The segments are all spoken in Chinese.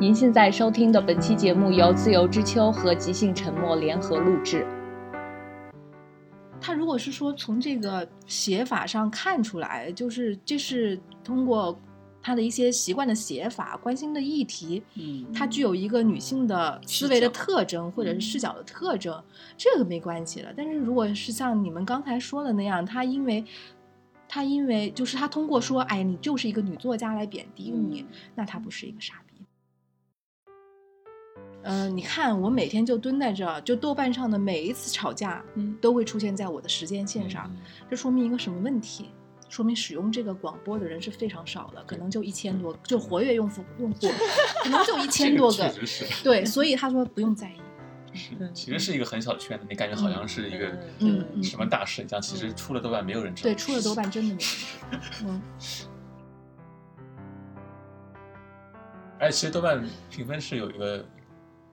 您现在收听的本期节目由自由之秋和即兴沉默联合录制。他如果是说从这个写法上看出来，就是这是通过他的一些习惯的写法、关心的议题，嗯，它具有一个女性的思维的特征或者是视角的特征，这个没关系了。但是如果是像你们刚才说的那样，他因为他因为就是他通过说，哎，你就是一个女作家来贬低你，嗯那他不是一个傻逼。嗯、你看我每天就蹲在这儿，就豆瓣上的每一次吵架，嗯都会出现在我的时间线嗯上。这说明一个什么问题？说明使用这个广播的人是非常少的，可能就一千多，就活跃用户用户， 可能就一千多这个。确实是，对，所以他说不用在意。嗯其实是一个很小的圈子，你感觉好像是一个嗯嗯什么大事一样，其实出了豆瓣没有人知道。对，出了豆瓣真的没人知道。嗯，而且其实豆瓣评分是有一个，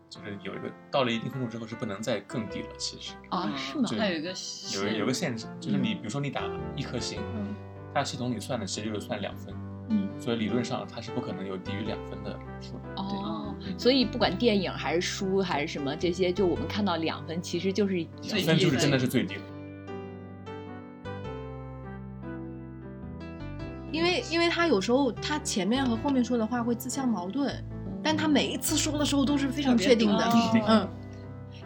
就是有一个到了一定分数之后是不能再更低了。其实啊嗯对它有一个有一个有个限制，就是你比如说你打一颗星，嗯它系统里算的其实就是算两分，嗯，所以理论上它是不可能有低于两分的数。哦，所以不管电影还是书还是什么这些，就我们看到两分，其实就是一最两分低就是分真的是最低的。因为因为他有时候他前面和后面说的话会自相矛盾，但他每一次说的时候都是非常确定的。特别多嗯，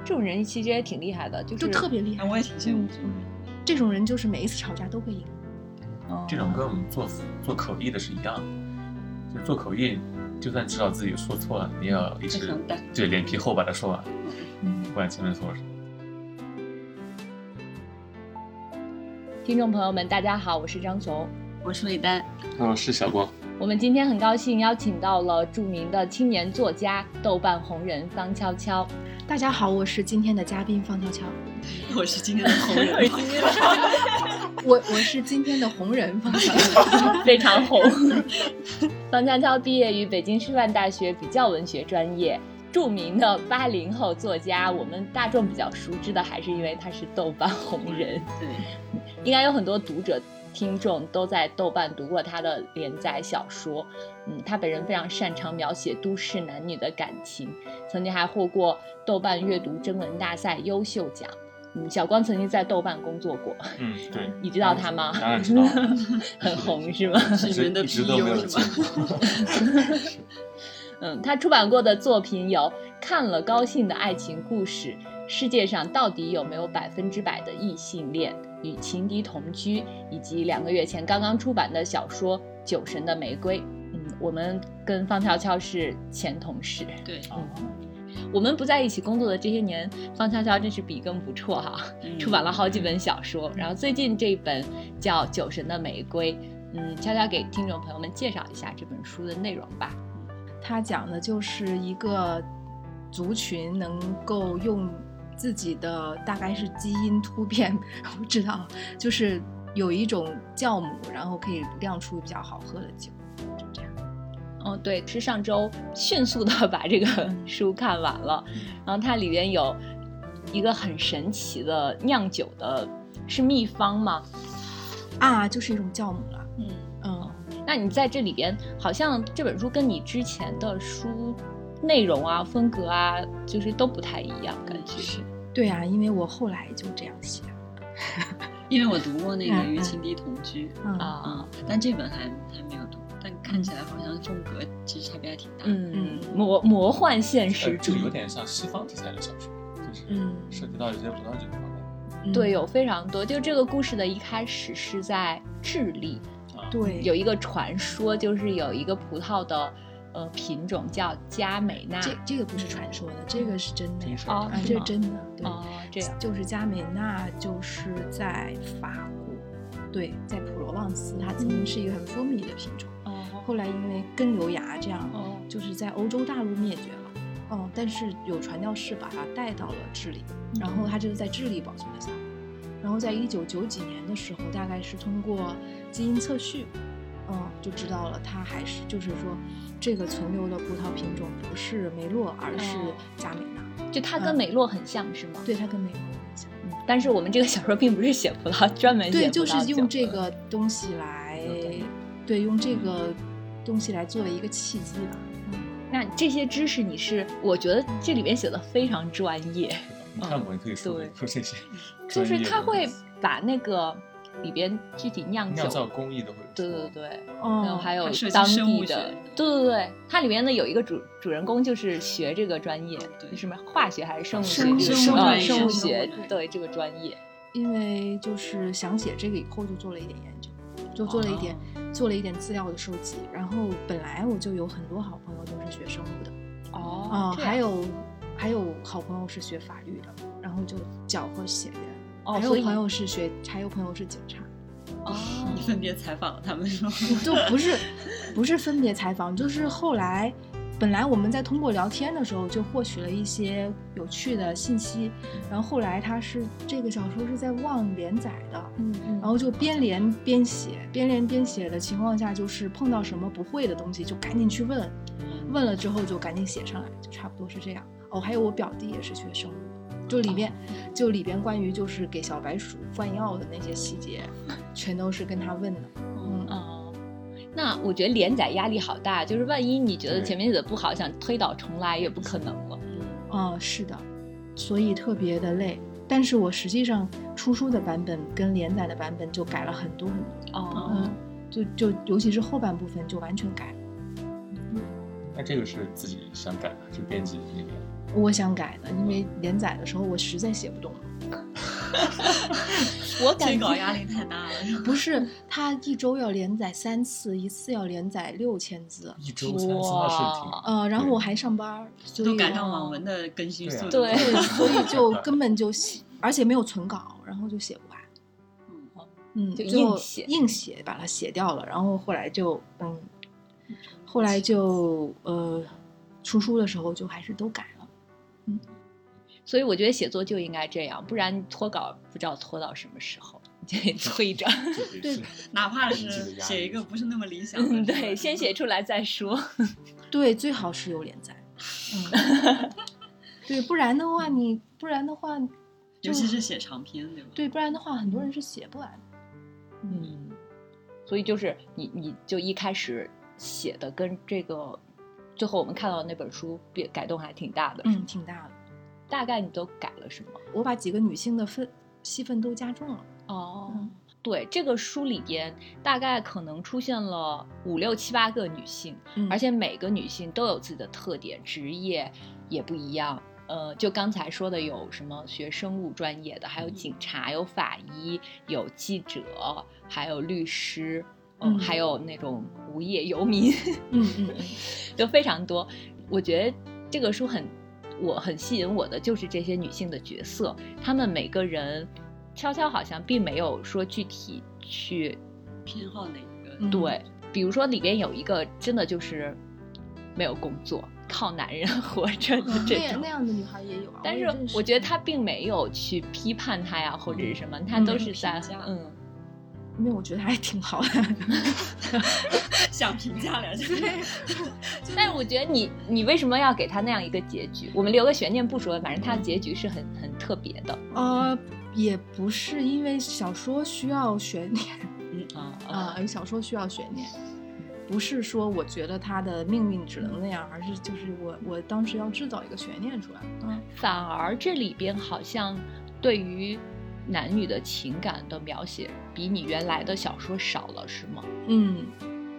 这种人其实也挺厉害的，就是就特别厉害哎，。我也挺羡慕这种这种人就是每一次吵架都会赢。人。这种跟我们做做口译的是一样的，就是做口译，就算知道自己说错了，你也要一非直常淡对脸皮厚把它说完，嗯不管前面说什么。听众朋友们，大家好，我是张雄。我是魏丹，哦，是小光，我们今天很高兴邀请到了著名的青年作家、豆瓣红人方悄悄。大家好，我是今天的嘉宾方悄悄， 我是今天的红人。我我是今天的红人方悄悄。非常红。 方悄悄毕业于北京师范大学比较文学专业，著名的八零后作家。我们大众比较熟知的还是因为他是豆瓣红人， 对，应该有很多读者。听众都在豆瓣读过他的连载小说，嗯，他本人非常擅长描写都市男女的感情，曾经还获过豆瓣阅读征文大赛优秀奖。嗯，小光曾经在豆瓣工作过，嗯， 对， 你知道他吗？当然知道了， 很红是吗？一是直你们的一直都没 PU 有是进吗 步。嗯，他出版过的作品有《看了高兴的爱情故事》《世界上到底有没有百分之百的异性恋》《与情敌同居》，以及两个月前刚刚出版的小说《酒神的玫瑰》。嗯，我们跟方悄悄是前同事，对，我们不在一起工作的这些年，方悄悄真是笔耕不辍哈、嗯出版了好几本小说，然后最近这一本叫《酒神的玫瑰》。嗯，悄悄给听众朋友们介绍一下这本书的内容吧。他讲的就是一个族群能够用自己的大概是基因突变， 我不知道，就是有一种酵母，然后可以酿出比较好喝的酒，就这样。哦，对，是上周迅速的 把这个书看完了，然后它里边有一个很神奇的酿酒的，是秘方吗？啊，就是一种酵母了。嗯，嗯，那你在这里边，好像这本书跟你之前的书内容啊、风格啊，就是都不太一样，感觉是对啊，因为我后来就这样写。因为我读过那个《嗯与情敌同居》嗯，啊啊，，但这本还还没有读，但看起来好像风格其实差别还挺大。，嗯，魔魔幻现呃实这主个有义，点像西方题材的小说，就是嗯涉及到一些葡萄酒方哦面。嗯对，有非常多。就这个故事的一开始是在智利，啊，对有一个传说，就是有一个葡萄的呃品种叫加美纳。这这个不是传说的，这个是真的呀。是哦啊，，是这是吗真的。对，哦，这样。就是加美纳，就是在法国，对，在普罗旺斯，它曾经是一个很风靡的品种，哦后来因为根瘤蚜这样，哦，就是在欧洲大陆灭绝了。哦，但是有传教士把它带到了智利，嗯然后它就是在智利保存了下来。然后在一九九几年的时候，大概是通过基因测序，嗯，就知道了它还是就是说这个存留的葡萄品种不是梅洛，而是哦加美纳。就它跟嗯美洛很像是吗？对，它跟梅洛很像。嗯，但是我们这个小说并不是写葡萄，专门写对，葡就萄是用酒这的嗯个东西来有道理，对，用这个东西来作为一个契机吧。嗯那这些知识你是，我觉得这里面写的非常专业，你看过，你可以说对说这些就专业的东西，是他会把那个里边具体酿酒酿造工艺都会有说，对对对，哦，然后还有它涉及当生地物学的，对对对，它里面呢有一个主主人公就是学这个专业，对是什么化学还是生物学生？这个生物呃对生生物物学对对这个专业，因为就是想写这个以后，就做了一点研究，就做了一哦点、做了一点资料的收集。然后本来我就有很多好朋友都是学生物的，哦嗯还有还有好朋友是学法律的，然后就搅和写的。哦，还所有以朋友是学，还有朋友是警察，哦，你分别采访了他们是吗？就不是不是分别采访，就是后来本来我们在通过聊天的时候就获取了一些有趣的信息，然后后来他是这个小说是在望连载的，嗯嗯然后就边连边写，边连边写的情况下，就是碰到什么不会的东西就赶紧去问，问了之后就赶紧写上来，就差不多是这样。哦，还有我表弟也是学生物，就里边就里边关于就是给小白鼠换药的那些细节，全都是跟他问的。嗯哦，那我觉得连载压力好大，就是万一你觉得对前面写的不好，想推倒重来也不可能了。啊、是的，所以特别的累。但是我实际上出书的版本跟连载的版本就改了很多很多，哦嗯，就就尤其是后半部分就完全改了。那这个是自己想改的，是编辑那边。我想改的，因为连载的时候我实在写不动了。我催感稿觉 压力太大了，是吧不是，他一周要连载三次，一次要连载六千字，一周三次那是挺哇呃，然后对我还上班儿，所以都赶上网文的更新速度。对啊哦对，所以就根本就写，而且没有存稿，然后就写不完，嗯哦嗯，就就硬写硬写把它写掉了，然后后来就嗯，后来就呃，出书的时候就还是都改了，所以我觉得写作就应该这样，不然拖稿不知道拖到什么时候， 你就得推着。 这也是哪怕编辑的是压写力一个不是那么理想嗯，的，对，先写出来再说。对，最好是有连载，嗯， 对，不然的话你不然的话，尤其是写长篇，对吧？对，不然的话很多人是写不完的。嗯，所以就是你，你就一开始写的跟这个，最后我们看到的那本书变改动还挺大的，嗯，挺大的。大概你都改了什么？我把几个女性的分戏份都加重了。哦对，这个书里边大概可能出现了五六七八个女性，嗯而且每个女性都有自己的特点，职业也不一样。呃，就刚才说的，有什么学生物专业的，还有嗯警察，有法医，有记者，还有律师，嗯，嗯还有那种无业游民， 嗯嗯就非常多。我觉得这个书很，我很吸引我的就是这些女性的角色，她们每个人，悄悄好像并没有说具体去偏好哪一个？嗯对，比如说里边有一个真的就是没有工作，靠男人活着的嗯，那这样种那。样的女孩也有啊。但也是认识我觉得他并没有去批判他呀，或者是什么，他嗯都没有是在评价嗯，没有，我觉得还挺好的。 想评价两下。但是我觉得你你为什么要给他那样一个结局？我们留个悬念不说，反正他的结局是很很特别的呃，也不是因为小说需要悬念啊啊、小说需要悬念，不是说我觉得她的命运只能那样，而是就是我我当时要制造一个悬念出来。嗯反而这里边好像对于男女的情感的描写比你原来的小说少了，是吗？嗯，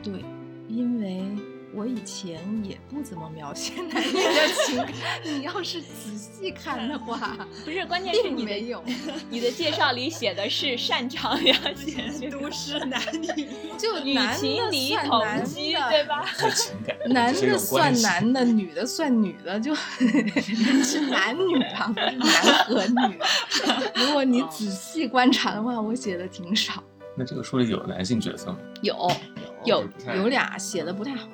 对，因为。我以前也不怎么描写男女的情 感，你要是仔细看的话，不是，关键嗯是并你的 没有。你的介绍里写的是擅长呀，写 写这个都市男女， 就女男情的敌算同男居，的对吧？和情感 男这的有算关系男的，女的算女的，就 是男女啊，不是男和女。如果你仔细观察的话，我写的挺少，那这个书里有男性角色吗？有 有不太有俩写的不太好。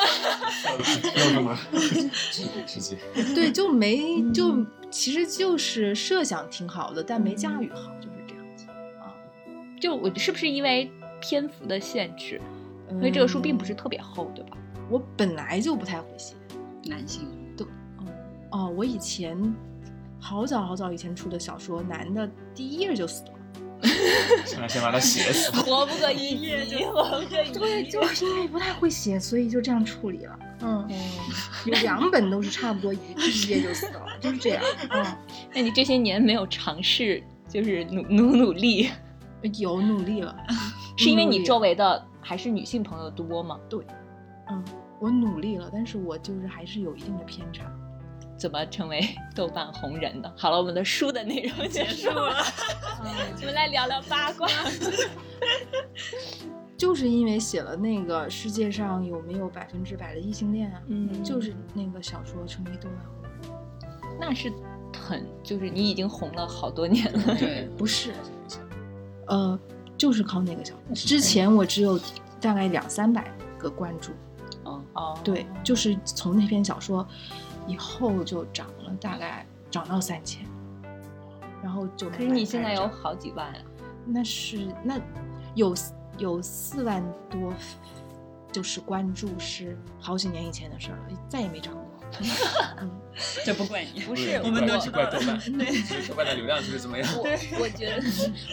有那么 直接。对，就没就其实就是设想挺好的，但没驾驭好，就是这样子。就我是不是因为篇幅的限制，因为这个书并不是嗯特别厚，对吧？ 我本来就不太会写。男性哦，我以前好早好早以前出的小说，男的第一页就死了。上来先把他写死。活不过一夜，活不过一 对，夜。就是因为不太会写，所以就这样处理了。嗯，有两本都是差不多一一页就死了，就是这样。嗯， 那你这些年没有尝试，就是努努努力， 有努力了，是因为努你力周围的还是女性朋友多吗？嗯，我努力了，但是我就是还是有一定的偏差。怎么成为豆瓣红人的？好了，我们的书的内容结束了， 我们来聊聊八卦。就是因为写了那个世界上有没有百分之百的异性恋啊，嗯就是那个小说成为豆瓣红人。那是很，就是你已经红了好多年了。对，不是，呃，就是靠那个小说。之前我只有大概两三百个关注，哦，哦，对，就是从那篇小说以后就涨了，大概涨到三千，然后就慢慢可是你现在有开始好几万 啊，那是那有有四万多，就是关注是好几年以前的事儿了，再也 没涨过。嗯这不怪你， 不是对我怪们都不知怪道豆了瓣， 对豆瓣的流量就是这么样。我我觉得，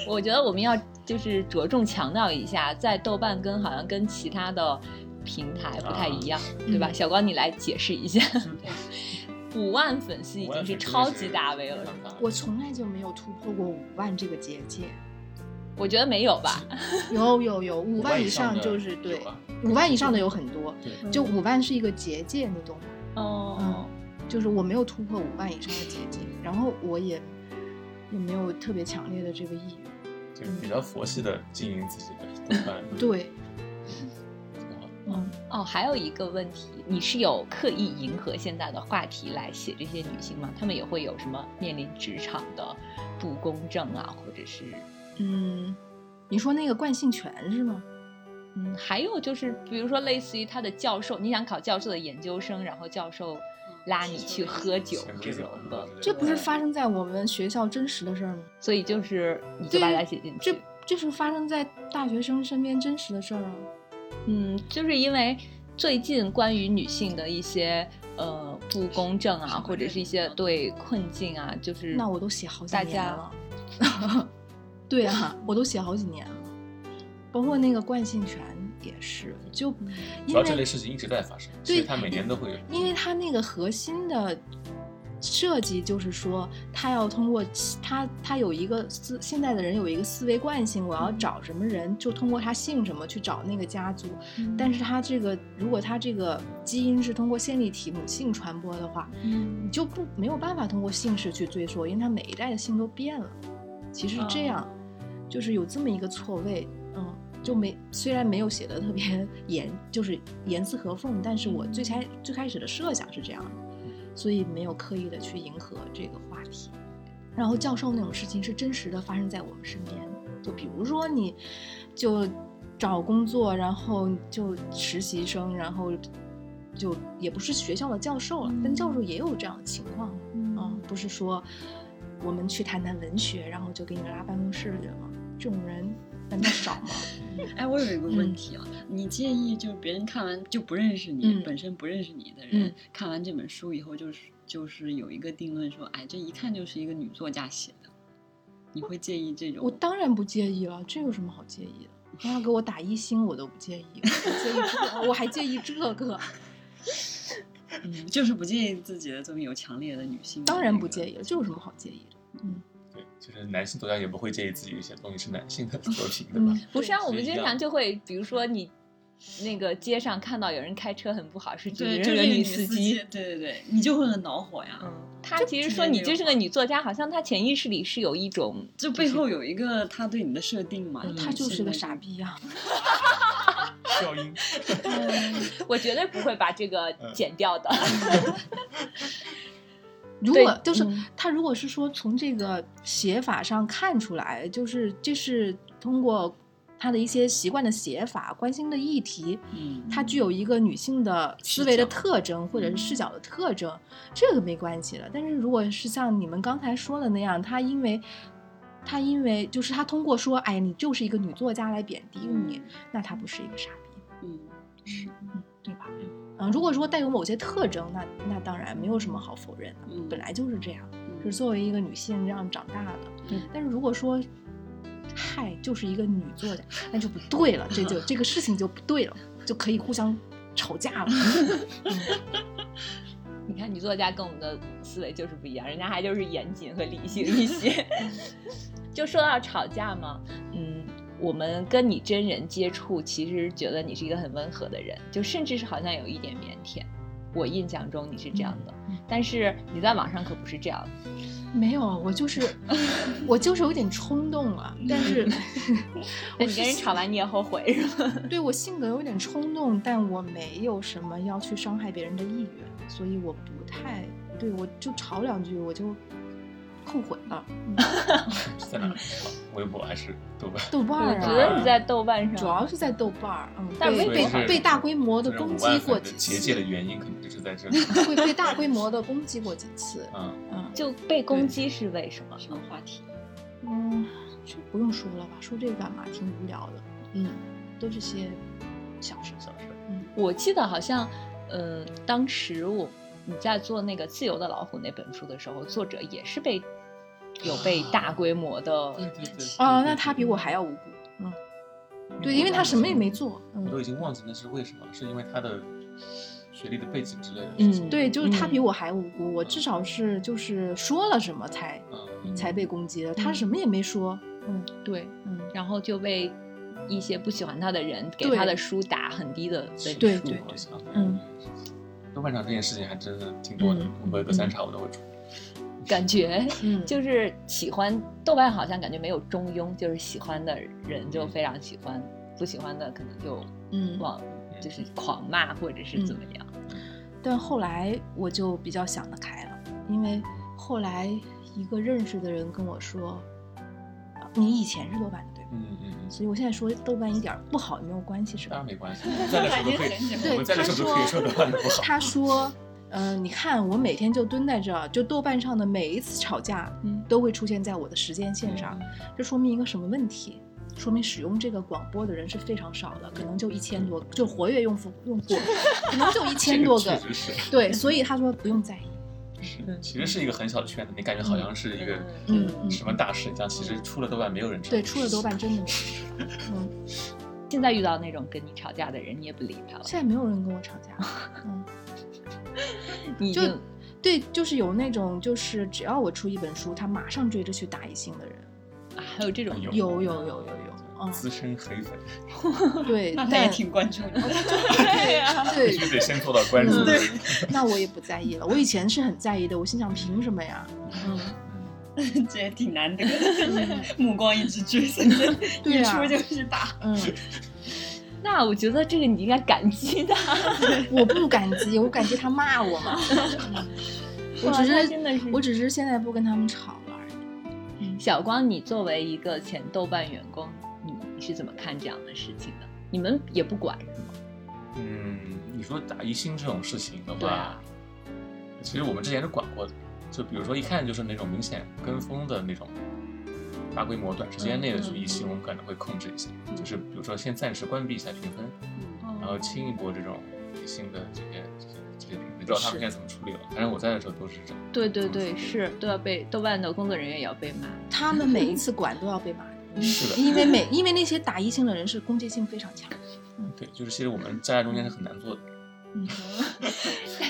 我觉得我们要就是着重强调一下，在豆瓣跟好像跟其他的平台不太一样，对吧？嗯小光，你来解释一下。 五嗯万粉丝已我也经是很超真的级是大 V 了，我从来就没有突破过五万这个结界，我觉得没有吧？有有有，五万以上的就是对有，啊五万以上的有很多，对就五万是一个结界，你懂吗？哦嗯，就是我没有突破五万以上的结界，然后我也也没有特别强烈的这个意愿，就比较佛系的经营自己的豆瓣，对，挺好的。嗯，哦，还有一个问题，你是有刻意迎合现在的话题来写这些女性吗？她们也会有什么面临职场的不公正啊，或者是嗯，你说那个惯性权是吗？嗯，还有就是比如说类似于她的教授，你想考教授的研究生，然后教授拉你去喝酒潜规这则种的，对这不是对发生在我们学校真实的事儿吗？所以就是你就把它写进这去。这是发生在大学生身边真实的事儿啊。嗯，就是因为最近关于女性的一些呃不公正啊，社会或者是一些认同对困境啊，就是那我都写好几大年家了。 对啊，我都写好几年了，包括那个惯性权也是，就主因要这类为事情一直在发生，所对以它每年都会有。因为它那个核心的设计就是说，他要通过他他有一个思，现在的人有一个思维惯性，我要找什么人，就通过他姓什么去找那个家族。嗯但是他这个如果他这个基因是通过线粒体母性传播的话，嗯你就不没有办法通过姓氏去追溯，因为它每一代的姓都变了。其实是这样，就是有这么一个错位，嗯，就没虽然没有写的特别 严，就是严丝合缝，但是我最开最开始的设想是这样的，所以没有刻意的去迎合这个话题。然后教授那种事情是真实的发生在我们身边，就比如说你就找工作，然后就实习生，然后就也不是学校的教授了，但教授也有这样的情况，哦嗯，不是说我们去谈谈文学，然后就给你拉办公室去了吗？这种人难道少 吗？哎，我有一个问题啊，你介意就是别人看完就不认识你，嗯本身不认识你的人、嗯看完这本书以后，就是就是有一个定论说，哎，这一看就是一个女作家写的，你会介意这种？我当然不介意了，这有什么好介意的？要给我打一星，我都不介意，我还介意这个，我还介意这个，嗯，就是不介意自己的这么有强烈的女性、当然不介意了，这有什么？好介意 的？对，就是男性作家也不会介意自己写的东西是男性的作品，对吧？嗯不是啊，对我们是一经样常就会，比如说你那个街上看到有人开车很不好，是这对，就是个个女司机。对对对，你就会很恼火呀。嗯，她其实说你这是个女作家，好像她潜意识里是有一种就背后有一个他对你的设定嘛，他嗯就是个傻。逼啊呀、笑音，我绝对不会把这个嗯剪掉的。 如果对就是嗯他，如果是说从这个写法上看出来，就是这是通过他的一些习惯的写法、关心的议题，嗯，它具有一个女性的思维的特征，或者是视角的特征，这个没关系了。但是如果是像你们刚才说的那样，她因为她因为就是她通过说，哎，你就是一个女作家来贬低你，那她不是一个傻逼，嗯，是，嗯，对吧？嗯，如果说带有某些特征，那那当然没有什么好否认的，嗯本来就是这样，嗯是作为一个女性这样长大的。嗯但是如果说派就是一个女作家，那就不对了，这就这个事情就不对了，就可以互相吵架了。 你看女作家跟我们的思维就是不一样，人家还就是严谨和理性一 些。就说到吵架嘛，嗯，我们跟你真人接触，其实觉得你是一个很温和的人，就甚至是好像有一点腼腆。我印象中你是这样的，嗯但是你在网上可不是这样。没有，我就是我就是有点冲动了，但是我你是跟人吵完你也后悔是吗？ 对我性格有点冲动，但我没有什么要去伤害别人的意愿，所以我不太对我就吵两句我就后悔了。 是在哪儿？微博还是豆瓣？豆瓣我儿觉得啊你，在豆瓣上，主要是在豆瓣儿，嗯，但 被微博被是被大规模的就是攻5击万过粉的几结界的次，原因可能就是 在这里。会被大规模的攻击过几次，嗯，嗯就被攻击是为什么？什么话题？嗯，就不用说了吧，说这个干嘛？挺无聊的，嗯，都是些小事嗯小事。我记得好像，呃，当时我你在做那个《自由的老虎》那本书的时候，作者也是被有被大规模的，对对对。啊，对那对他比对我还要无辜，嗯，对，我因为他忘什记么也了没做，我都嗯，已经忘记那是为什么了，是因为他的学历的背景之类的嗯事情。对，就是他比嗯我还无辜，我至少是就是说了什么才嗯，才被攻击的，他什么也没说，嗯，对，嗯。然后就被一些不喜欢他的人给对他的书打很低的分数。对对我想，嗯，豆瓣上这件事情还真的挺多的嗯，我隔三差五都会出。感觉嗯，就是喜欢豆瓣，好像感觉没有中庸，就是喜欢的人就非常喜欢，不喜欢的可能就嗯往就是狂骂或者是怎么样。但后来我就比较想得开了，因为后来一个认识的人跟我说，啊你以前是豆瓣的对吧？嗯嗯嗯，所以我现在说豆瓣一点儿不好也没有关系是当吧然？没关系，我们在这说都可以，我们在这说都可以说豆瓣的不好。他说，嗯、你看我每天就蹲在这儿，就豆瓣上的每一次吵架，嗯都会出现在我的时间线上，这说明一个什么问题？说明使用这个广播的人是非常少的，可能就一千多，就活跃用户用户，可能就一 千多这个。确实是对，所以他说不用在意。是，其实是一个很小的圈子，你感觉好像是一个嗯嗯什么大事一样，其实出了豆瓣没有人知道。对，出了豆瓣真的没有人知道。嗯，现在遇到那种跟你吵架的人，你也不理他了，现在没有人跟我吵架。嗯，你已就经对，就是有那种，就是只要我出一本书，他马上追着去打一星的人。 啊还有这种有有有有有有，嗯，资深黑粉，对，那但他也挺关注你的。必对须得先做到关注。嗯那我也不在意了。我以前是很在意的，我心想凭什么呀？嗯， 这也挺难得的， 目光一直追随着，对一啊出就是打。 嗯，那我觉得这个你应该感激他，嗯我不感激，我感激他骂我 嘛。嗯我只哇那是真的是我只是现在不跟他们吵了而已。 小光，你作为一个前豆瓣员工，你你是怎么看这样的事情的？你们也不管是吗？嗯，你说打一星这种事情的对话，啊其实我们之前是管过的，就比如说一看就是那种明显跟风的那种大规模、短时间嗯内的去一星，我们可能会控制一下，就是比如说先暂时关闭一下评分，然后清一波这种一星的这些这些这些评分，不知道他们现在怎么处理了。反正我在的时候都是这样。嗯对对对，是都要被豆瓣的工作人员也要被骂。他们每一次管都要被骂，是的，因为每因为那些打一星的人是攻击性非常强。 对，就是其实我们站在中间是很难做的。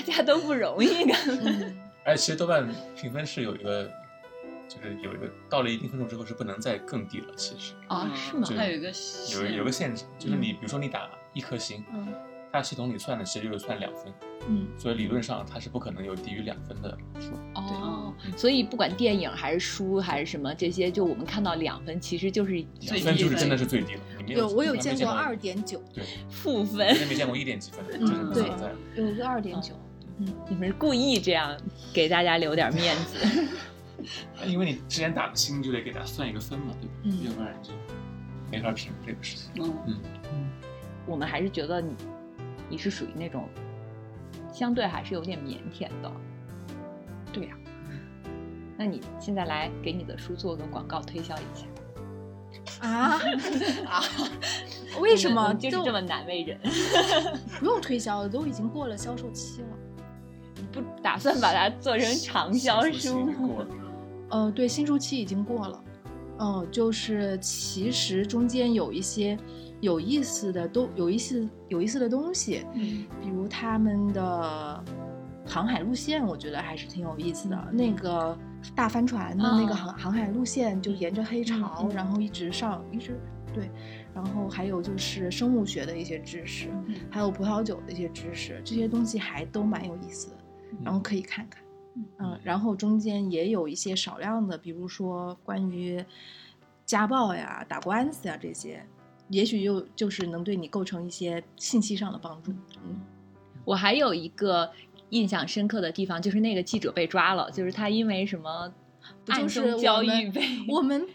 大家都不容易 的。嗯，而且其实豆瓣评分是有一个，就是有一个到了一定分数之后是不能再更低了，其实。哦啊，是吗对？还有一个有线有个限制，就是你比如说你打一颗星，嗯它系统里算的其实就是算两分，嗯，所以理论上它是不可能有低于两分的数。哦，所以不管电影还是书还是什么这些，就我们看到两分，其实就是两最低分就是分真的是最低了，你没有我有从来见没过过二，点九，对，负我分。也没见过一点几分的，嗯这是不对存在的。有一个二点九。你们是故意这样给大家留点面子？因为你之前打的星就得给它算一个分嘛，对吧？嗯要不然就没法评这个事情。嗯，我们还是觉得你你是属于那种相对还是有点腼腆的。对呀、那你现在来给你的书做个广告推销一下，啊 为什我么们就是这么难为人？不用推销了，都已经过了销售期了。不打算把它做成畅销新书书吗？过了，嗯呃，对，新书期已经过了，哦，就是其实中间有一些有意思的东，有意思有意思的东西，嗯比如他们的航海路线，我觉得还是挺有意思的。那个大帆船的那个啊航、航海路线，就沿着黑潮，嗯嗯然后一直上，一直对，然后还有就是生物学的一些知识，嗯还有葡萄酒的一些知识，这些东西还都蛮有意思的， 然后可以看看。嗯，然后中间也有一些少量的，比如说关于家暴呀、打官司呀这些，也许又就是能对你构成一些信息上的帮助。嗯， 我还有一个印象深刻的地方，就是那个记者被抓了，就是他因为什么不就暗是中交我们易被我们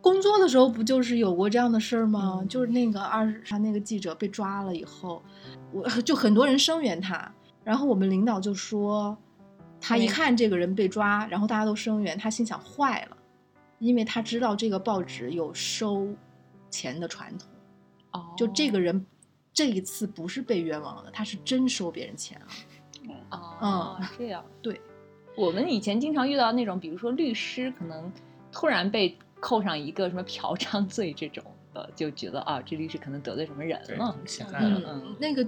工作的时候不就是有过这样的事儿吗？就是那个二十他那个记者被抓了以后，我就很多人声援他，然后我们领导就说，他一没看这个人被抓，然后大家都声援，他心想坏了，因为他知道这个报纸有收钱的传统，哦就这个人。这一次不是被冤枉的，他是真收别人钱了。哦，这样嗯对。我们以前经常遇到那种，比如说律师可能突然被扣上一个什么嫖娼罪这种的，就觉得啊，这律师可能得罪什么人对了。下嗯蛋了，嗯那个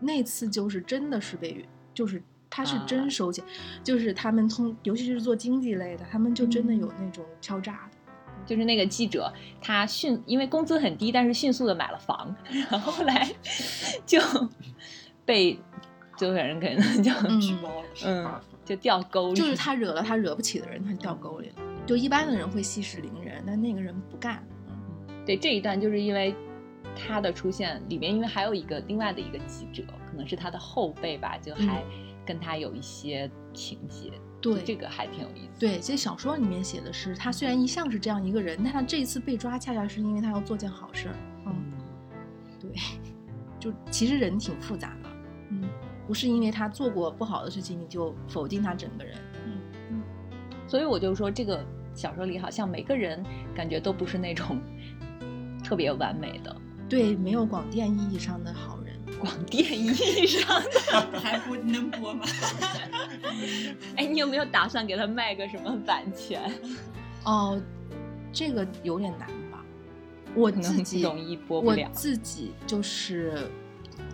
那次就是真的是被，就是他是啊真收钱，就是他们通，尤其是做经济类的，他们就真的嗯有那种敲诈的。就是那个记者，他迅因为工资很低，但是迅速的买了房， 然后后来就被就有人可能就举嗯，报了，嗯就掉沟里，就是他惹了他惹不起的人，他就掉沟里了。就一般的人会息事宁人，但那个人不干。对这一段，就是因为他的出现，里面因为还有一个另外的一个记者，可能是他的后辈吧，就还跟他有一些情节，嗯对这个还挺有意思。对，这小说里面写的是，他虽然一向是这样一个人，但他这一次被抓，恰恰是因为他要做件好事儿。嗯，对，就其实人挺复杂的，嗯，不是因为他做过不好的事情，你就否定他整个人。所以我就说，这个小说里好像每个人感觉都不是那种特别完美的对，没有广电意义上的好人。广电意义上的。还播能播吗？哎，你有没有打算给他卖个什么版权？哦，这个有点难吧？我可自能己，容易播不我了。自己就是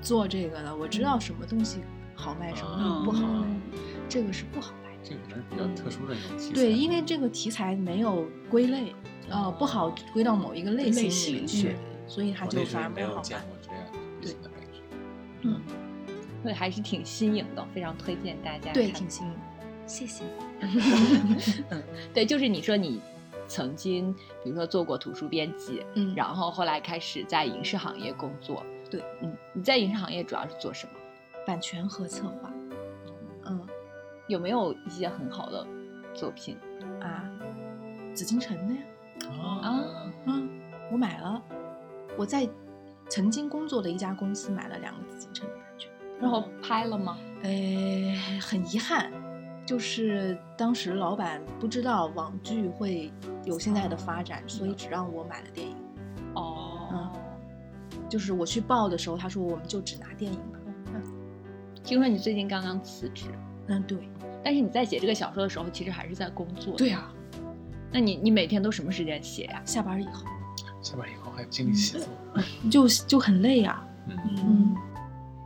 做这个的，我知道什么东西好卖，什么东西不好卖，嗯这个是不好卖的。这个还是比较特殊的一种题材。嗯对，因为这个题材没有归类，呃，不好归到某一个类类型里型去是，所以它我就那时反候而没不有好见卖。过这样类型的感觉。嗯，对，还是挺新颖的，非常推荐大家看。对，挺新颖。谢谢。对，就是你说你曾经，比如说做过图书编辑，嗯，然后后来开始在影视行业工作。对，嗯，你在影视行业主要是做什么？版权和策划，嗯有没有一些很好的作品啊，紫禁城的呀。哦，啊？嗯，我买了，我在曾经工作的一家公司买了两个紫禁城的版权。然后拍了吗？呃，很遗憾，就是当时老板不知道网剧会有现在的发展，所以只让我买了电影。哦，就是我去报的时候，他说我们就只拿电影吧。听说你最近刚刚辞职，嗯，对，但是你在写这个小说的时候，其实还是在工作。对，啊，那你你每天都什么时间写呀、下班以后下班以后还有精力写作。就就很累呀、嗯，嗯，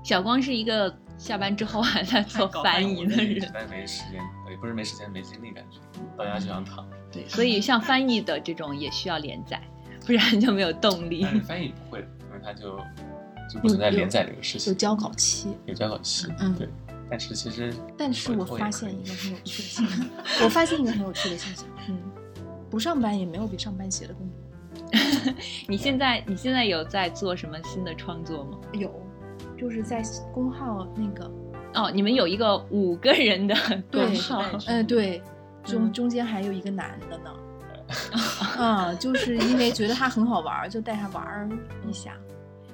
小光是一个下班之后还在做搞翻饭译我的的人实，在没时间，呃也不是没时间，没精力，感觉到家就想躺。对，所以像翻译的这种也需要连载，不然就没有动力但。是翻译不会，因为它就就不存在连载这个事情。有交稿期。有交稿期，嗯对。但是其实，但是我发现一个很有趣的现象，我发现一个很有趣的现象，嗯，不上班也没有比上班写的更多。 你现在你现在有在做什么新的创作吗？有，就是在公号那个，哦，你们有一个五个人的对公号，呃，对，中哎嗯中间还有一个男 的呢，啊，就是因为觉得他很好玩儿，就带他玩儿一下，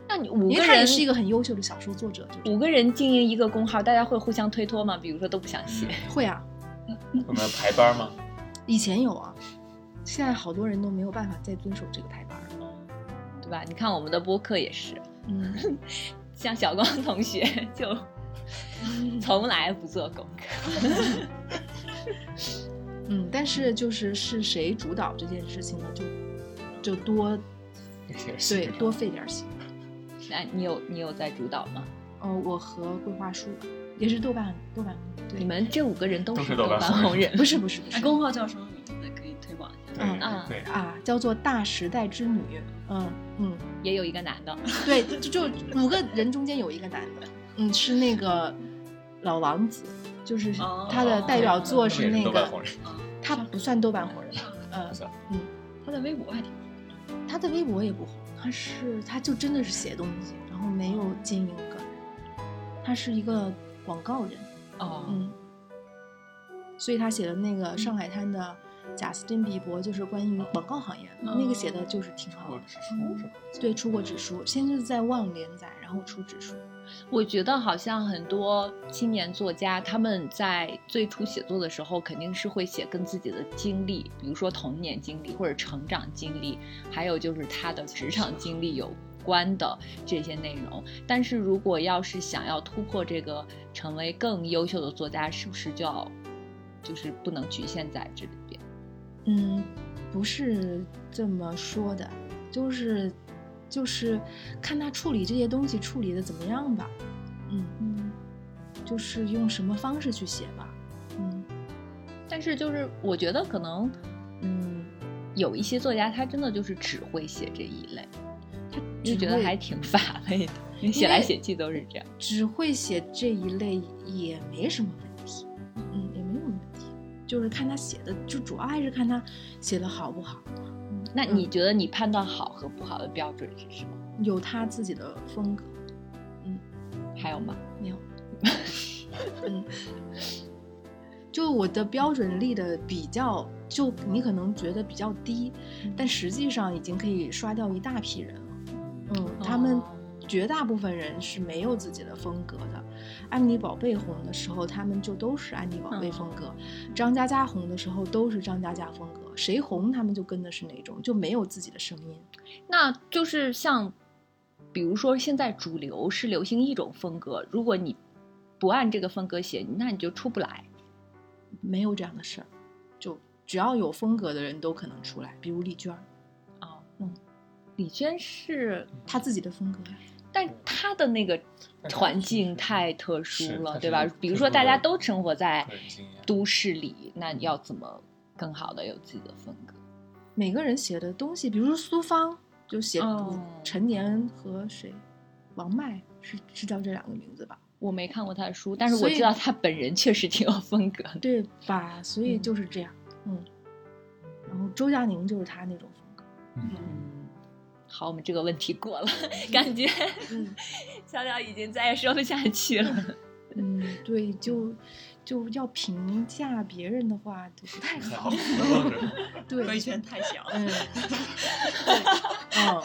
那你五因个为他也人是一个很优秀的小说作者，就五个人经营一个公号，大家会互相推脱吗？比如说都不想写，嗯会啊，我们要排班吗？以前有啊，现在好多人都没有办法再遵守这个排班儿了，对吧？你看我们的播客也是，嗯， 像小光同学就从来不做功课。嗯，但是就是是谁主导这件事情呢？就就多也是对多费点心。那你有你有在主导吗？哦，我和桂花树也是豆瓣豆瓣红对你们啊这五个人都都是是豆豆瓣瓣红红人不是不是不哎，是公号叫什么名字？可以推广一下。对嗯啊对，啊，叫做《大时代之女》。嗯嗯，也有一个男的，对，就就五个人中间有一个男的，嗯，是那个老王子，就是哦他的代表作他是们也那是豆瓣红个，人，啊，他不算豆瓣红人吧，呃不，算他在微博还挺火他的微博也不红，他是他就真的是写东西，然后没有经营个人，他是一个广告人，哦嗯，所以他写的那个上海滩的贾斯汀比伯就是关于广告行业的，那个写的就是挺好我的，指出什么？对，出过指数，先是在望连载，然后出指数，我觉得好像很多青年作家，他们在最初写作的时候，肯定是会写跟自己的经历，比如说童年经历或者成长经历，还有就是他的职场经历有关的这些内容。但是如果要是想要突破这个，成为更优秀的作家，是不是就要就是不能局限在这里边？嗯，不是这么说的，就是就是看他处理这些东西处理的怎么样吧，嗯嗯，就是用什么方式去写吧，嗯但是就是我觉得可能，嗯，有一些作家他真的就是只会写这一类。就只觉得会还挺乏味的，你写来写去都是这样。只会写这一类也没什么问题，嗯，也没有问题，就是看他写的，就主要还是看他写的好不好，那嗯你觉得你判断好和不好的标准是什么？有他自己的风格，还有吗？没有， 嗯，就我的标准立的比较，就你可能觉得比较低，但实际上已经可以刷掉一大批人了。嗯，他们哦绝大部分人是没有自己的风格的。安妮宝贝红的时候，他们就都是安妮宝贝风格；张嘉佳红的时候，都是张嘉佳风格。谁红，他们就跟的是哪种，就没有自己的声音。那就是像，比如说现在主流是流行一种风格，如果你不按这个风格写，那你就出不来。没有这样的事儿，就只要有风格的人都可能出来，比如丽娟儿，哦，嗯，李娟是，她自己的风格呀。但她的那个但她环是境是太特殊是了，她对是吧特？比如殊说大的家都生活在个人经验都市里，那嗯你要怎么更好的有自己的风格？每个人写的东西，比如说苏芳就写哦陈年和谁，王麦是是叫这两个名字吧？我没看过他的书，但是我所以知道他本人确实挺有风格的。对吧？所以嗯就是这样，嗯。然后周佳宁就是他那种风格，嗯，好，我们这个问题过了， 感觉 嗯小鸟已经再也说不下去了。 嗯，对，就就要评价别人的话就不太很 好好，，对，规圈太小了。 嗯，对，嗯，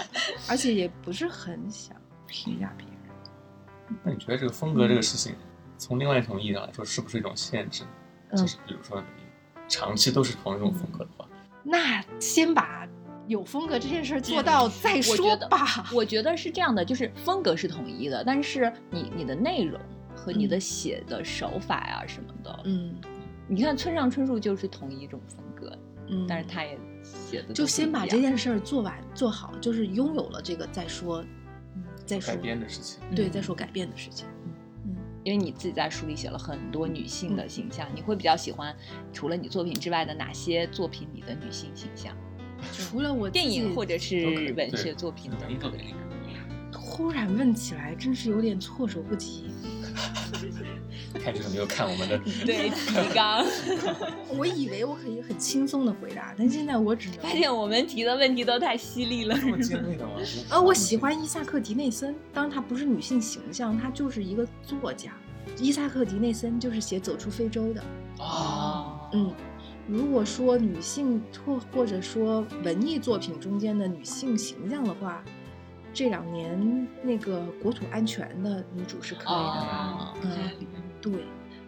而且也不是很想评价别人。那你觉得这个风格这个事情，从另外一种意义上来说，是不是一种限制？嗯就是比如说你长期都是同一种风格的话，那先把有风格这件事儿做嗯到再我说觉得吧。我觉得是这样的，就是风格是统一的，但是你你的内容和你嗯的写的手法呀、什么的，嗯你看村上春树就是同一种风格，嗯，但是他也写的就先把这些件事儿做完做好，就是拥有了这个再说，嗯再说改编的事情，嗯对，再说改变的事情。嗯因为你自己在书里写了很多女性的形象，你会比较喜欢除了你作品之外的哪些作品里的女性形象？除了我自电影己或者都可以是文学作品对文艺作品里面。忽然问起来，真是有点措手不及。看这个没有看我们 的，对，提纲。我以为我可以很轻松的回答，但现在我只能发现我们提的问题都太犀利 了。这么尖锐的吗？呃，嗯我喜欢伊萨克·迪内森，当然他不是女性形象，他就是一个作家。伊萨克·迪内森就是写《走出非洲》的，啊，嗯，如果说女性或或者说文艺作品中间的女性形象的话，这两年那个国土安全的女主是可以的。啊，嗯，对，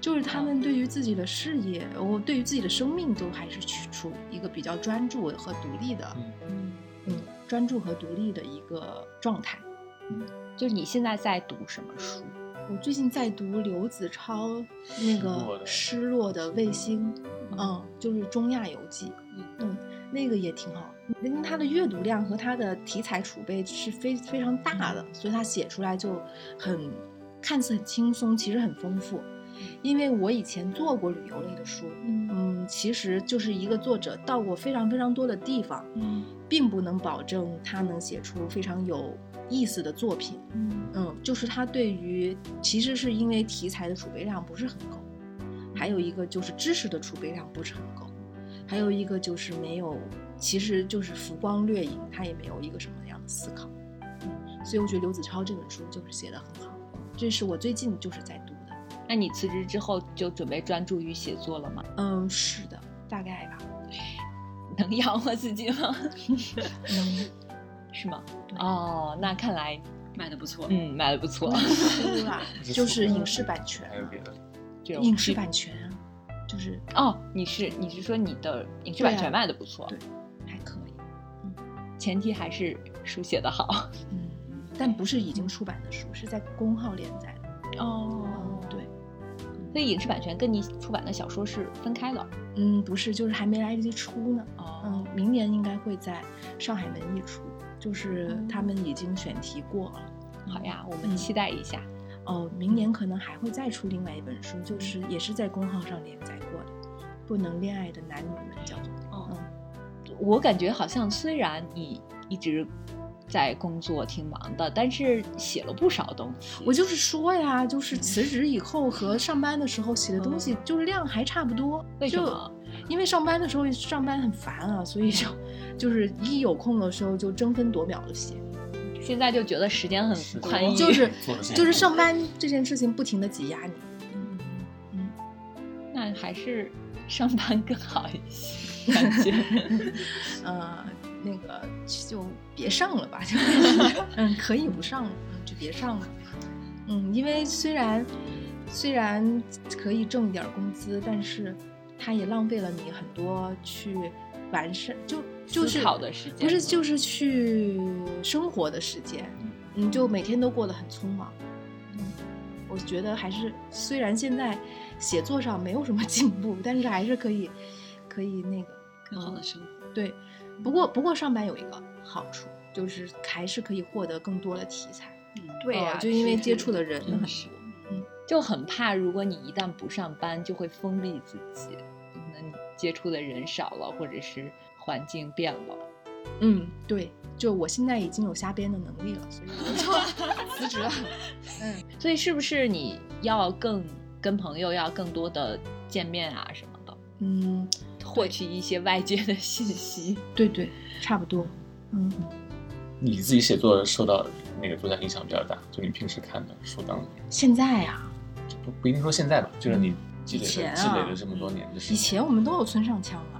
就是她们对于自己的事业，我对于自己的生命都还是去处于一个比较专注和独立的，嗯，嗯，专注和独立的一个状态。就是你现在在读什么书？我最近在读刘子超那失落个《的失落的卫星》，嗯，就是《中亚游记》，嗯，那个也挺好，因为他的阅读量和他的题材储备是非非常大的，所以他写出来就很看似很轻松，其实很丰富。因为我以前做过旅游类的书，嗯嗯，其实就是一个作者到过非常非常多的地方，嗯并不能保证他能写出非常有意思的作品。嗯嗯，就是他对于其实是因为题材的储备量不是很够，还有一个就是知识的储备量不是很够，还有一个就是没有，其实就是浮光掠影，他也没有一个什么样的思考。嗯，所以我觉得刘子超这本书就是写的很好，这是我最近就是在读的。那你辞职之后就准备专注于写作了吗？嗯，是的，大概 吧。能养活自己吗？ 能 是吗？对哦，那看来卖的不错。嗯卖的不错，书 啦，是就是书影视版权还有嘛，别的，这种影视剧版权啊，就是哦，你是你是说你的影视对啊版权卖的不错，对还可以，前提还是书写的好嗯，但不是已经出版的书，是在公号连载的。哦嗯，对，所以影视版权跟你出版的小说是分开的嗯，不是，就是还没来得及出呢。嗯哦，明年应该会在上海文艺出，就是哦他们已经选题过了。好呀，我们嗯期待一下。哦，明年可能还会再出另外一本书，就是也是在公号上连载过的，《不能恋爱的男女们》叫做。哦嗯，我感觉好像虽然你一直在工作挺忙的，但是写了不少东西。我就是说呀，就是辞职以后和上班的时候写的东西，就是量还差不多。为什就么？嗯因为上班的时候上班很烦啊，所以就就是一有空的时候就争分夺秒的写，现在就觉得时间很宽裕，嗯就是做的事情就是上班这件事情不停的挤压你。嗯，那还是上班更好一些，感 觉。呃，那个就别上了 吧，就嗯，可以不上了，嗯就别上了。嗯，因为虽然虽然可以挣一点工资，但是它也浪费了你很多去完善，就就是思考的时间不是就是去生活的时间，嗯你就每天都过得很匆忙。嗯我觉得还是虽然现在写作上没有什么进步，但是还是可以可以那个更好嗯的生活。对，不过不过上班有一个好处，就是还是可以获得更多的题材。嗯，对啊呀、哦就因为是接触的人真很多。的是。 就很怕，如果你一旦不上班，就会封闭自己，可能你接触的人少了，或者是环境变了。嗯，对，就我现在已经有瞎编的能力了，所以我就辞职了。所以是不是你要更跟朋友要更多的见面啊什么的，嗯，获取一些外界的信息？对对，差不多。嗯，你自己写作受到那个作家影响比较大，就你平时看的书当中，现在啊，不不一定说现在吧，就是你积累以前了啊积累了这么多年的事以情前我们都有村上枪了。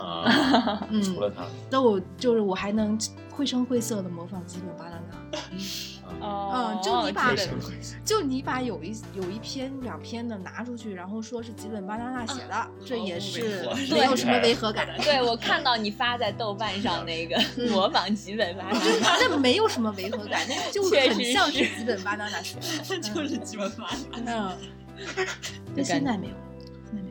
啊，嗯，除了他，那我就是我还能绘声绘色的模仿基本巴拿纳，啊哦嗯就你把这个为什么？就你把有一有一篇两篇的拿出去，然后说是基本巴拿纳写的，这也是好违和没有什么违和感。 对，我看到你发在豆瓣上那 个模仿吉本巴就拿是那没有什么违和感，那就确很实像是是基本巴拿 纳学的，就是基本法。嗯，就但感现在没有，现在没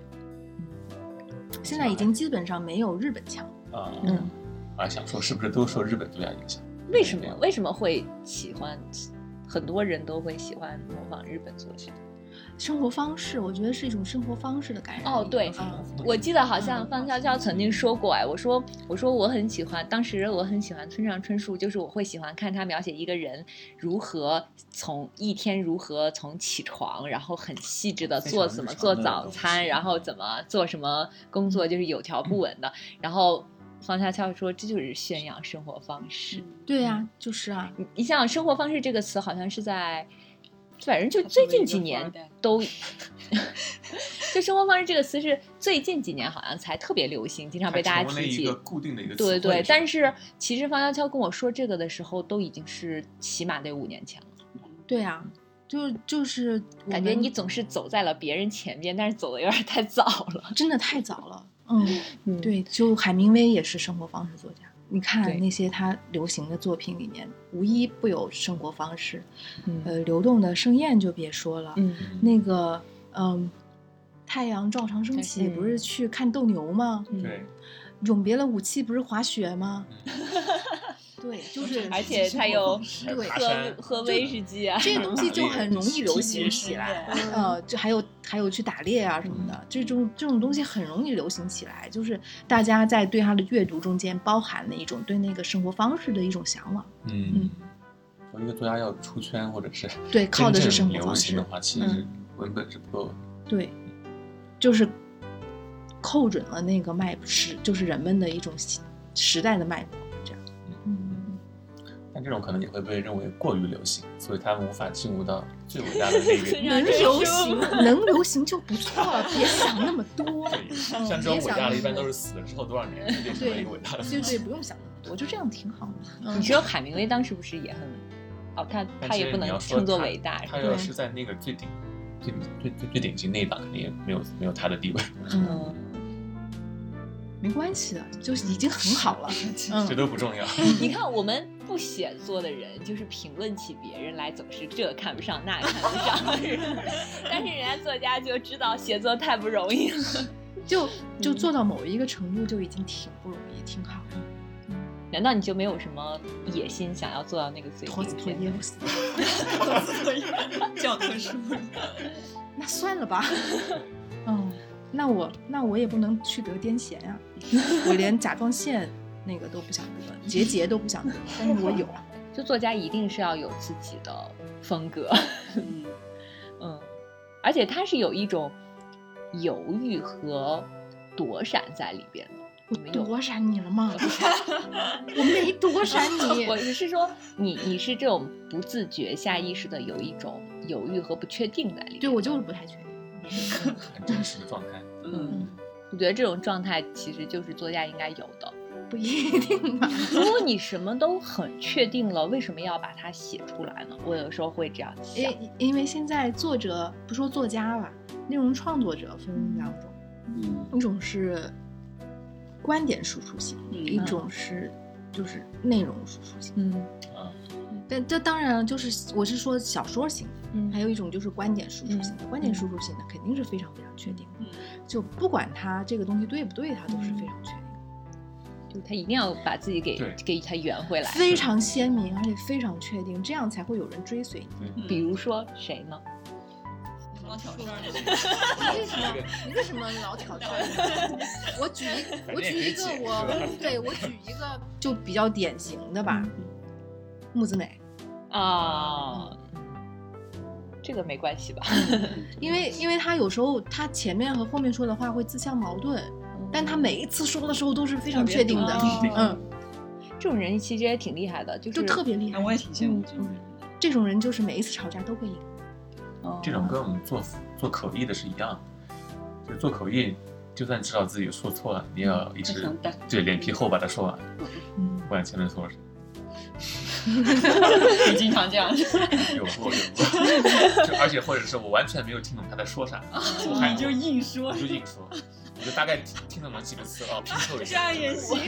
有，现在已经基本上没有日本腔了。啊嗯啊，想说是不是都受日本作家影响？为什么为什么会喜欢？很多人都会喜欢模仿日本作曲。生活方式，我觉得是一种生活方式的感染。哦，对，嗯我记得好像方潇潇曾经说过，哎，我说我说我很喜欢，当时我很喜欢村上春树，就是我会喜欢看他描写一个人如何从一天如何从起床，然后很细致的非做常怎么日常做的早东餐，西然后怎么做什么工作，就是有条不紊的。然后方潇潇说，这就是宣扬生活方嗯式。对呀、就是啊，你你想想，生活方式这个词好像是在，反正就最近几年都， 就生活方式这个词是最近几年好像才特别流行，经常被大它家成为了提一起个。固定的一个对词汇对，但是其实方潇潇跟我说这个的时候，都已经是起码得五年前了。对呀、就就是我感觉们你总是走在了别人前面，但是走的有点太早了。 真的太早了。嗯，嗯，对，就海明威也是生活方式作家。你对看那些他流行的作品里面，无一不有生活方式。嗯呃，流动的盛宴就别说了，嗯呃那个，嗯，太阳照常升起，嗯不是去看斗牛吗？嗯对，永别了武器不是滑雪吗？ 对，就是而且它有还有对爬喝山，喝威士忌啊，这些东西就很容易流 行起起来。来呃，就还有还有去打猎啊什么嗯的，这种这种东西很容易流行起来，就是大家在对它的阅读中间包含了一种对那个生活方式的一种向往。嗯，我觉得作家要出圈或者是对，靠的是生真活正流方行式的。话，其实文本是不够的。对，就是扣准了那个脉时，就是人们的一种时时代的脉搏，这样。嗯，但这种可能也会被认为过于流行，所以他们无法进入到最伟大的那个。让人能流生行 能流行就不错了，别想那么多。对，嗯像这种别伟想大那的，么一般多都是死了之后多少年才变成了一个伟大的。对对，不用想那么多，就这样挺好的。嗯你知道海明威当时不是也很，哦，他但他其也实不你能要说称作他伟大，他是吧要对是在那个最顶、最最最最顶级那一档，肯定也没有没有他的地位，嗯，嗯，没关系的，就是已经很好了。 这嗯，都不重要。 你看我们不写作的人，就是评论起别人来，总是这看不上那看不上， 但是人家作家就知道写作太不容易了。就就做到某一个程度就已经挺不容易，挺好了。难道你就没有什么野心，想要做到那个最托子顶托点？耶 夫斯，教科书里那算了吧。 嗯，那我那我也不能去得癫痫呀，我连甲状腺那个都不想得，结节都不想得，但是我有。啊就作家一定是要有自己的风格，嗯，嗯，而且他是有一种犹豫和躲闪在里边的。我你们有。躲闪你了吗？我没躲闪你我是说你，你是这种不自觉、下意识的有一种犹豫和不确定在里面。对，我就是不太确定。很真实的状态，嗯，我觉得这种状态其实就是作家应该有的。不一定 吧。如果你什么都很确定了，为什么要把它写出来呢？我有时候会这样想。因因为现在作者不说作家吧，内容创作者分两种，嗯一种是观点输出型，嗯一种是就是内容输出型。嗯啊但这当然就是我是说小说型的，嗯还有一种就是观点输出型的。观点输出型的肯定是非常非常确定嗯的，就不管它这个东西对不对，它都是非常确定的。就他一定要把自己给对给他圆回来。非常鲜明，而且非常确定，这样才会有人追随你。嗯比如说谁呢？老小说里 你为什么？你为什么老挑战 我？我举一，我举一个我，对我举一个就比较典型的嗯吧，木子美，啊、这个没关系吧？因为嗯因为她有时候她前面和后面说的话会自相矛盾，但她每一次说的时候都是非常确定的，嗯特别懂嗯，这种人其实也挺厉害的，就是就特别厉害那。我也挺羡慕这种人的。这种人就是每一次吵架都会赢，哦这种跟我们做做口译的是一样的，就做口译，就算知道自己说错了，你也要一非直常淡 对脸皮厚把它说完，嗯，不管前面说什么。你经常这样， 有过有过，就而且或者是我完全没有听懂他在说啥，我还你就硬说我，就硬 说，我就大概听听懂了几个词哦，拼凑一这下。样也行。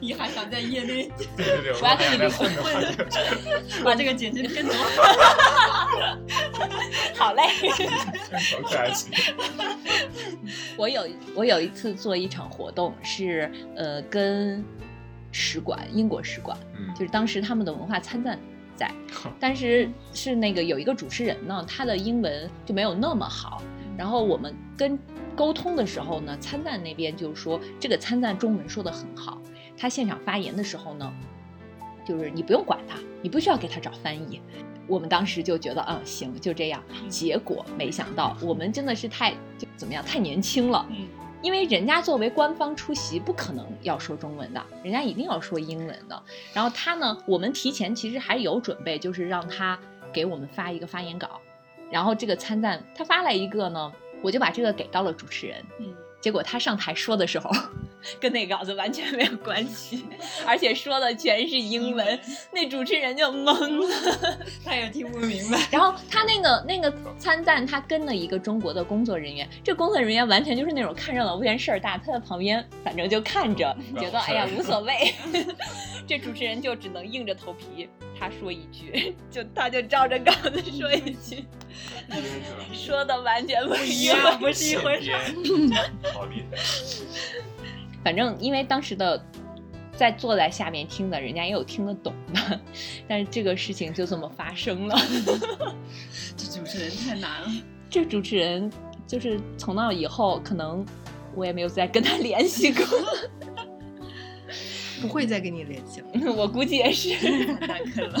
你还想在 业内对对对，我我要跟你还离在婚混着 混着。把这个剪辑片头？ 好嘞。好可爱气。我有我有一次做一场活动，是呃跟使馆英国使馆，嗯，就是当时他们的文化参赞在，但是是那个有一个主持人呢，他的英文就没有那么好，然后我们跟沟通的时候呢，参赞那边就说这个参赞中文说的很好，他现场发言的时候呢，就是你不用管他，你不需要给他找翻译。我们当时就觉得，嗯，行，就这样。结果没想到，我们真的是太就怎么样，太年轻了。嗯，因为人家作为官方出席，不可能要说中文的，人家一定要说英文的。然后他呢，我们提前其实还有准备，就是让他给我们发一个发言稿。然后这个参赞他发来一个呢，我就把这个给到了主持人。嗯，结果他上台说的时候，跟那稿子完全没有关系，而且说的全是英文，那主持人就懵了。他也听不明白。然后他那个那个参赞，他跟了一个中国的工作人员，这工作人员完全就是那种看热闹不嫌事儿大，他在旁边反正就看着，觉得哎呀无所谓。 这主持人就只能硬着头皮，他说一句， 就他就照着稿子说一句，嗯说的完全不一样。不是一回事。事。好厉害！反正因为当时的在坐在下面听的人家也有听得懂的， 但是这个事情就这么发生了。嗯 这主持人太难了。这主持人就是从那以后，可能我也没有再跟他联系过， 不会再跟你联系了。我估计也是。太大坑了，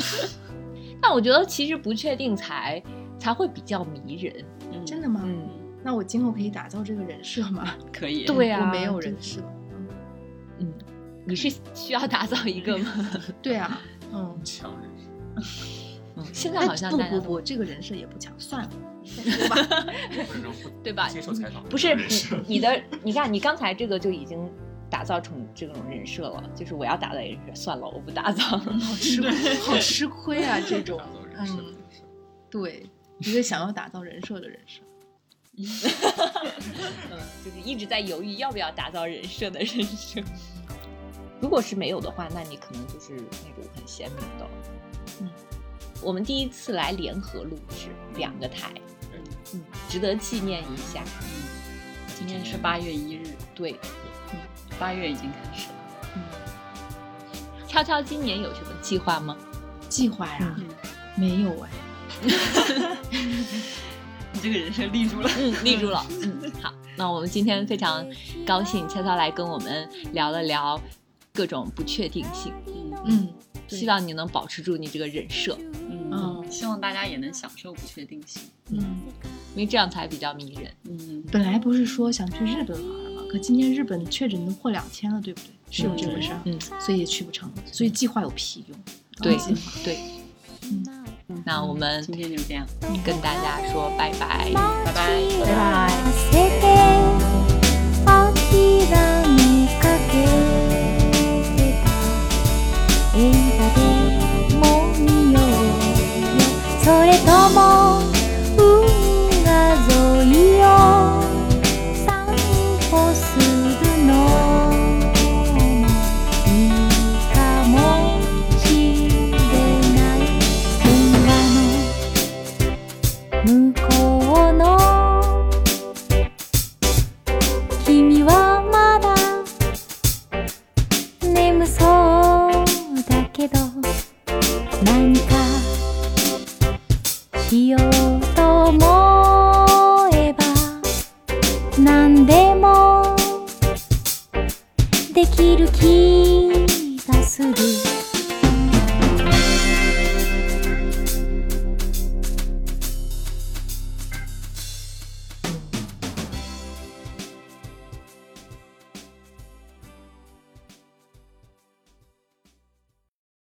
但我觉得其实不确定才才会比较迷人。嗯真的吗？嗯，那我今后可以打造这个人设吗？可以。对啊我没有人设。嗯，你是需要打造一个 吗？对啊，嗯，强人。嗯，现在好像哎不大家不都不，这个人设也不强，算了，再说吧。不是不对吧接受采访不是人设你你的，你看你刚才这个就已经打造成这种人设了，就是我要打造人设，算了，我不打造了。好吃亏， 好吃亏 啊！这种打，造人设嗯，对，一个想要打造人设的人设，嗯，就是一直在犹豫要不要打造人设的人设。如果是没有的话，那你可能就是那种很鲜明的。嗯，我们第一次来联合录制两个台对，嗯，值得纪念一下。今天是八月一日，对，八月已经开始了。悄悄今年有什么计划吗？计划呀嗯，没有哎，你这个人设立住了。嗯，立住了。嗯，好，那我们今天非常高兴，悄悄来跟我们聊了聊各种不确定性，嗯嗯，对希望你能保持住你这个人设，嗯，嗯希望大家也能享受不确定性。嗯，因为这样才比较迷人。嗯，本来不是说想去日本玩吗？可今天日本确诊都破两千了，对不对？是有这回事儿，嗯，所以也去不成，所以计划有屁用？对计划对。嗯那我们今天就这样。跟大家说拜拜，拜拜，拜拜。世界を開